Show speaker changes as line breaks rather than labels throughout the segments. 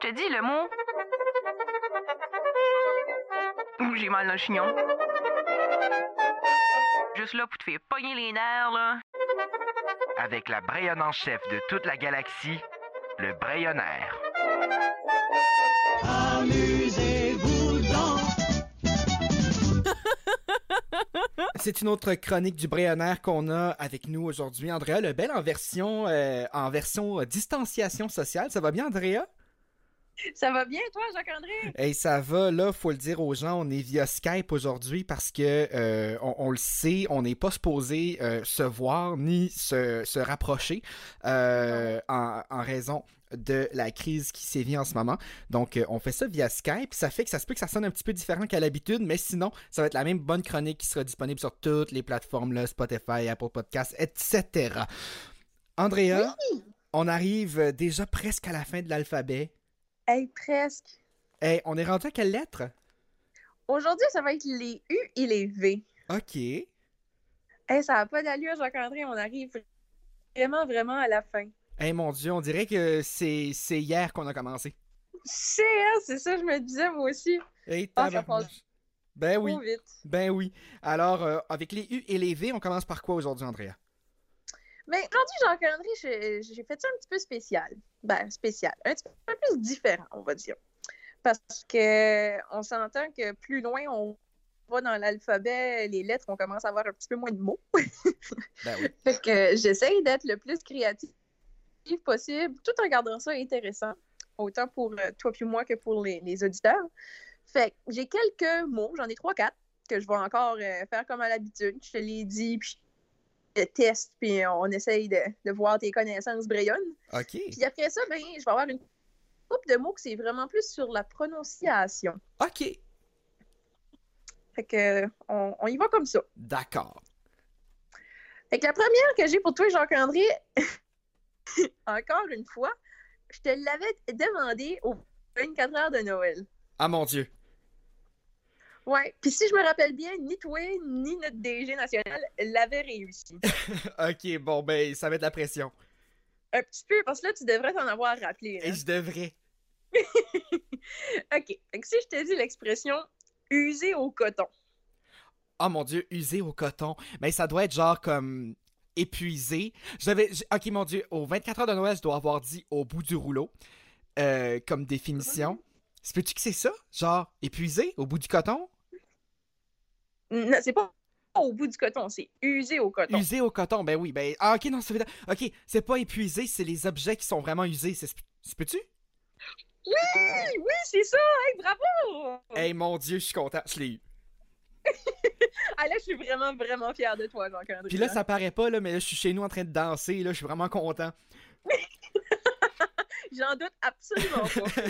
te dis le mot. Ouh, j'ai mal dans le chignon. Juste là pour te faire pogner les nerfs, là.
Avec la Brayonne en chef de toute la galaxie, le Brayonnaire.
Amusez-vous donc.
C'est une autre chronique du Bréonnaire qu'on a avec nous aujourd'hui. Andrea Lebel en version, euh, en version euh, distanciation sociale. Ça va bien, Andrea?
Ça va bien, toi, Jacques-André?
Et ça va, là, faut le dire aux gens, on est via Skype aujourd'hui parce que euh, on, on le sait, on n'est pas supposé euh, se voir ni se, se rapprocher euh, en, en raison de la crise qui sévit en ce moment. Donc, euh, on fait ça via Skype. Ça fait que ça se peut que ça sonne un petit peu différent qu'à l'habitude, mais sinon, ça va être la même bonne chronique qui sera disponible sur toutes les plateformes, là, Spotify, Apple Podcasts, etc. Andrea, on arrive euh, déjà presque à la fin de l'alphabet.
Hey, presque.
Hey, on est rendu à quelle lettre?
Aujourd'hui, ça va être les U et les V.
OK.
Hey, ça n'a pas d'allure, Jacques-André. On arrive vraiment, vraiment à la fin.
Hey, mon Dieu, on dirait que c'est c'est hier qu'on a commencé.
C'est, hein, c'est ça, je me disais, moi aussi.
Hey,
Ah, ça
tabarnouche.
passe
Ben oui,
Trop vite.
ben oui. Alors, euh, avec les U et les V, on commence par quoi aujourd'hui, Andrea?
Mais aujourd'hui, Jacques-André, je- j'ai fait ça un petit peu spécial. Ben, spécial. Un petit peu plus différent, on va dire. Parce que on s'entend que plus loin on va dans l'alphabet, les lettres, on commence à avoir un petit peu moins de mots.
Ben oui.
Fait que j'essaye d'être le plus créative possible, tout en gardant ça intéressant, autant pour euh, toi puis moi que pour les, les auditeurs. Fait que j'ai quelques mots, j'en ai trois, quatre, que je vais encore euh, faire comme à l'habitude. Je te l'ai dit, puis je te teste, puis on essaye de, de voir tes connaissances brillonnes.
OK.
Puis après ça, ben, je vais avoir une coupe de mots que c'est vraiment plus sur la prononciation.
OK.
Fait que euh, on, on y va comme ça.
D'accord.
Fait que la première que j'ai pour toi, Jacques-André, encore une fois, je te l'avais demandé aux 24 heures de Noël.
Ah, mon Dieu.
Ouais. Puis si je me rappelle bien, ni toi, ni notre DG national l'avait réussi.
OK, bon, ben, ça met de la pression.
Un petit peu, parce que là, tu devrais t'en avoir rappelé.
Et je devrais.
hein. OK. Fait que si je te dis l'expression user au coton.
Oh mon dieu, usé au coton. Mais ça doit être genre comme épuisé. J'avais, j'- ok mon dieu, aux 24 heures de Noël, je dois avoir dit au bout du rouleau euh, comme définition. Se Peux-tu que c'est ça, genre épuisé au bout du coton,
Non, c'est pas au bout du coton, c'est usé au coton.
usé au coton. Ben oui, ben ah, ok non, ça veut dire, ok, c'est pas épuisé, c'est les objets qui sont vraiment usés. C'est se peux-tu?
Oui, oui, c'est ça! Hey, bravo!
Hey mon dieu, je suis content, je l'ai eu.
Ah, là, je suis vraiment, vraiment fière de toi, Jacques-André.
Puis là, ça paraît pas là, mais là, je suis chez nous en train de danser, là, je suis vraiment content.
J'en doute absolument pas.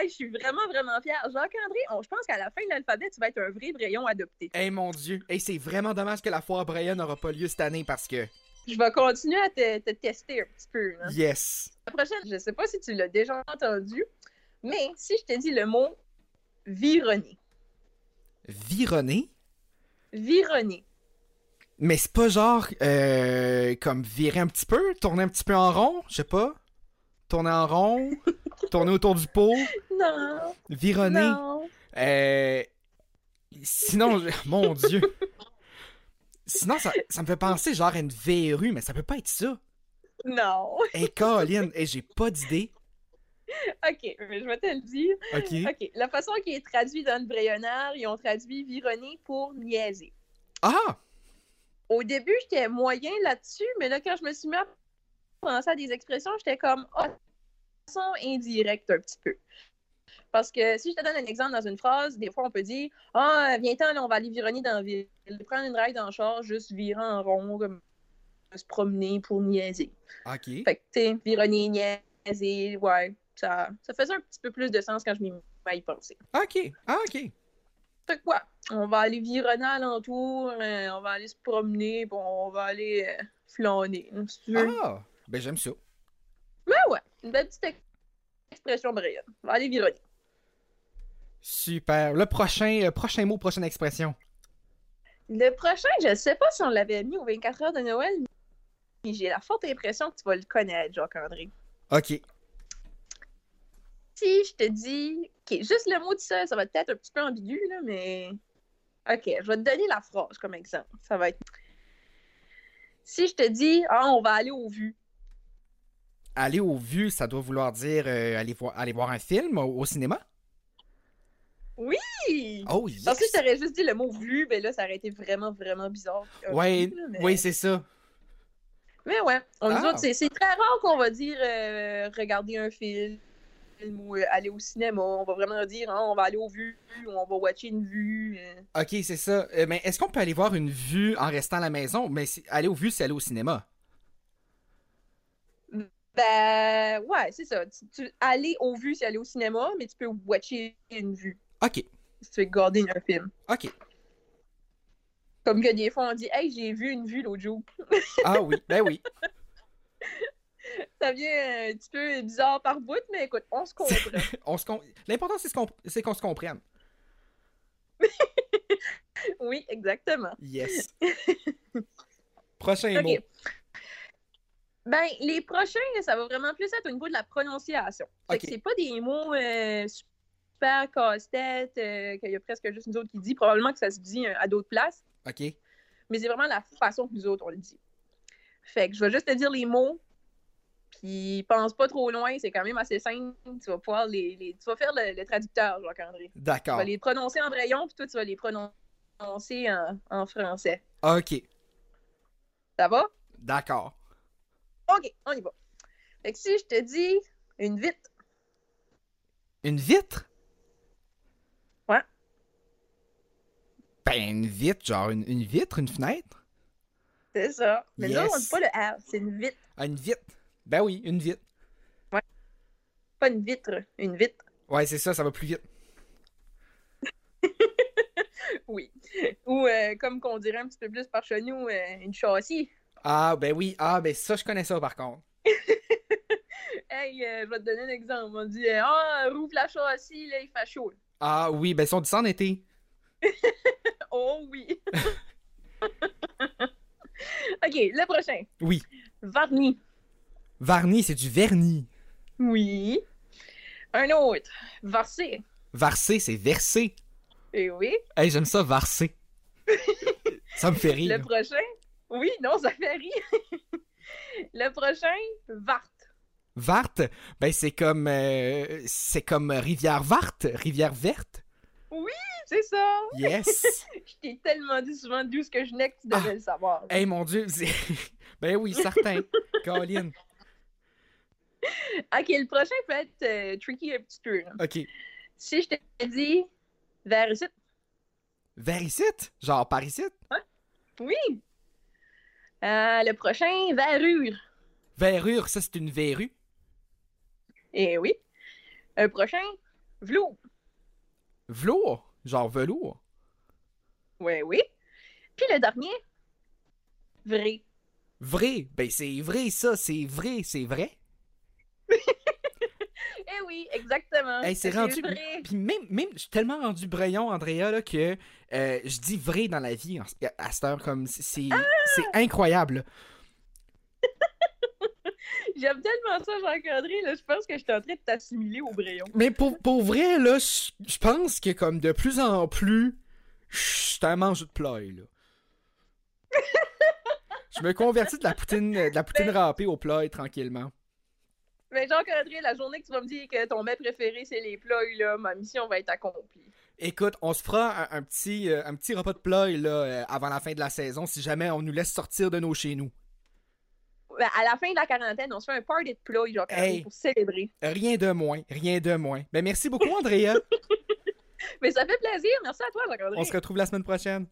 Hey, je suis vraiment, vraiment fière. Jacques-André, on- je pense qu'à la fin de l'alphabet, tu vas être un vrai brayon adopté.
Hey Eh, mon dieu, hey c'est vraiment dommage que la foire Brian n'aura pas lieu cette année parce que
Je vais continuer à te, te tester un petit peu. là.
yes.
La prochaine, je ne sais pas si tu l'as déjà entendu, mais si je te dis le mot vironner.
Vironné?
Vironner.
Mais c'est pas genre euh, comme virer un petit peu, tourner un petit peu en rond, je sais pas. Tourner en rond, tourner autour du pot,
Non.
vironner.
Non.
Euh, sinon, je- mon dieu. Sinon, ça, ça me fait penser genre à une verrue, mais ça peut pas être ça.
Non.
Hé, Colin, hé, j'ai pas d'idée.
OK, mais je vais te le dire.
Ok.
OK. La façon qui est traduite dans le brayonnaire, ils ont traduit vironner pour niaiser.
Ah!
au début, j'étais moyen là-dessus, mais là, quand je me suis mis à penser à des expressions, j'étais comme, oh, façon indirecte un petit peu. Parce que si je te donne un exemple dans une phrase, des fois, on peut dire, ah, viens-t'en, là, on va aller vironner dans la ville, prendre une ride dans le char, juste virer en rond, comme se promener pour niaiser.
Ok.
Fait que, tu sais, vironner, niaiser, ouais, ça, ça faisait un petit peu plus de sens quand je m'y m'y pensais.
Ok. Ah, ok.
Fait quoi? On va aller vironner alentour, euh, on va aller se promener, bon, on va aller euh, flâner. hein, si tu veux.
Ah! Ben, j'aime ça.
Ben ouais, une belle petite ex- expression brillante. On va aller vironner.
Super. Le prochain, euh, prochain mot, prochaine expression.
Le prochain, je sais pas si on l'avait mis aux 24 heures de Noël, mais j'ai la forte impression que tu vas le connaître, Jacques-André.
Ok.
si je te dis. Ok, juste le mot de ça, ça va peut-être un petit peu ambigu, là, mais. Ok, je vais te donner la phrase comme exemple. Ça va être. Si je te dis, ah, on va aller au vu.
Aller au vu, ça doit vouloir dire euh, aller, voir, aller voir un film au, au cinéma?
Hi!
Oh, yes!
Parce que si je t'aurais juste dit le mot vu, ben là, ça aurait été vraiment, vraiment bizarre.
Ouais,
Là, mais...
Oui, c'est ça.
Mais ouais, on nous
Ah.
autres, c'est- c'est très rare qu'on va dire euh, regarder un film ou euh, aller au cinéma. On va vraiment dire hein, on va aller au vu, ou on va watcher une vue. euh.
Ok, c'est ça. Euh, mais est-ce qu'on peut aller voir une vue en restant à la maison? Mais c'est- aller au vu, c'est aller au cinéma.
Ben ouais, c'est ça. Tu, tu- aller au vu, c'est aller au cinéma, mais tu peux watcher une vue
Ok,
si tu veux regarder un film.
ok.
Comme que des fois on dit Hey, j'ai vu une vue l'autre jour.
Ah oui, ben oui.
Ça vient euh, un petit peu bizarre par bout, mais écoute, on se comprend.
On se com- L'important, c'est ce qu'on- c'est qu'on se comprenne.
oui, exactement.
Yes. Prochain
Ok.
mot.
Ben, les prochains, ça va vraiment plus être au niveau de la prononciation. Fait que
Ok.
c'est pas des mots euh, super casse-tête, euh, qu'il y a presque juste nous autres qui dit. Probablement que ça se dit euh, à d'autres places,
Ok.
mais c'est vraiment la façon que nous autres on le dit. Fait que je vais juste te dire les mots, puis pense pas trop loin, c'est quand même assez simple. Tu vas pouvoir les. les- tu vas faire le, le traducteur, Jacques-André. Tu
D'accord.
vas les prononcer en braillon, puis toi, tu vas les prononcer en, en français.
Ok.
Ça va?
D'accord.
OK, on y va. Fait que si je te dis une vitre,
Une vitre?
Ouais.
Ben, une vitre, genre une, une vitre, une fenêtre?
c'est ça. Mais non, on
Yes.
dit pas le R, c'est une vitre,
Ah, une vitre. Ben oui, une vitre.
pas une vitre, une vitre.
Ouais, c'est ça, ça va plus vite.
Oui. Ou euh, comme qu'on dirait un petit peu plus par chez nous, euh, une châssis.
Ah, ben oui. Ah, ben ça, je connais ça par contre.
Hey, euh, je vais te donner un exemple. On dit euh, Ah, rouvre la châssis, là, il fait chaud.
Ah oui, ben si on dit ça en été.
Oh oui. OK, le prochain.
Oui.
Varni.
Varni, c'est du vernis.
Oui. Un autre. Varsé.
Varser, c'est verser.
Eh oui.
Hey, j'aime ça, varser. ça me fait
Le
rire.
prochain? Oui, non, ça fait rire. Le prochain, Vart.
Varte, ben c'est comme euh, c'est comme rivière varte, rivière verte.
C'est ça.
Yes.
Je t'ai tellement dit souvent d'où ce que je n'ai que tu devais
Ah.
le savoir.
hey mon dieu, c'est- ben oui, certain. Colin.
Ok, le prochain peut être euh, tricky un petit peu. là.
OK.
Si je te dis vers ici,
Vers ici, genre par ici.
oui. Euh, le prochain, verrure.
Verrure, ça c'est une verrue.
Eh oui. Un prochain, velours.
Velours, genre velours.
Oui, oui. Puis le dernier, vrai.
Vrai, ben c'est vrai ça, c'est vrai, c'est vrai.
Eh oui, exactement.
Hey, c'est rendu-
vrai.
Puis même, même, je suis tellement rendu braillon, Andrea, là, que euh, je dis vrai dans la vie en- à cette heure, comme c'est- c'est c'est incroyable. là.
J'aime tellement ça, Jean-André. là, Je pense que je suis en train de t'assimiler au Brayon.
Mais pour, pour vrai, là, je je pense que comme de plus en plus, je suis un mange de ploy, là. Je me convertis de la poutine, de la poutine râpée au ploy tranquillement.
Mais Jean-André, la journée que tu vas me dire que ton mets préféré, c'est les plats, là, ma mission va être accomplie.
Écoute, on se fera un, un petit, euh, un petit repas de ploy là, euh, avant la fin de la saison si jamais on nous laisse sortir de nos chez nous.
Ben, À la fin de la quarantaine, on se fait un party de plats, Jean-André,
Hey.
pour célébrer.
Rien de moins, rien de moins. Ben merci beaucoup, Andrea.
Mais ça fait plaisir. Merci à toi, Jean-André.
On se retrouve la semaine prochaine.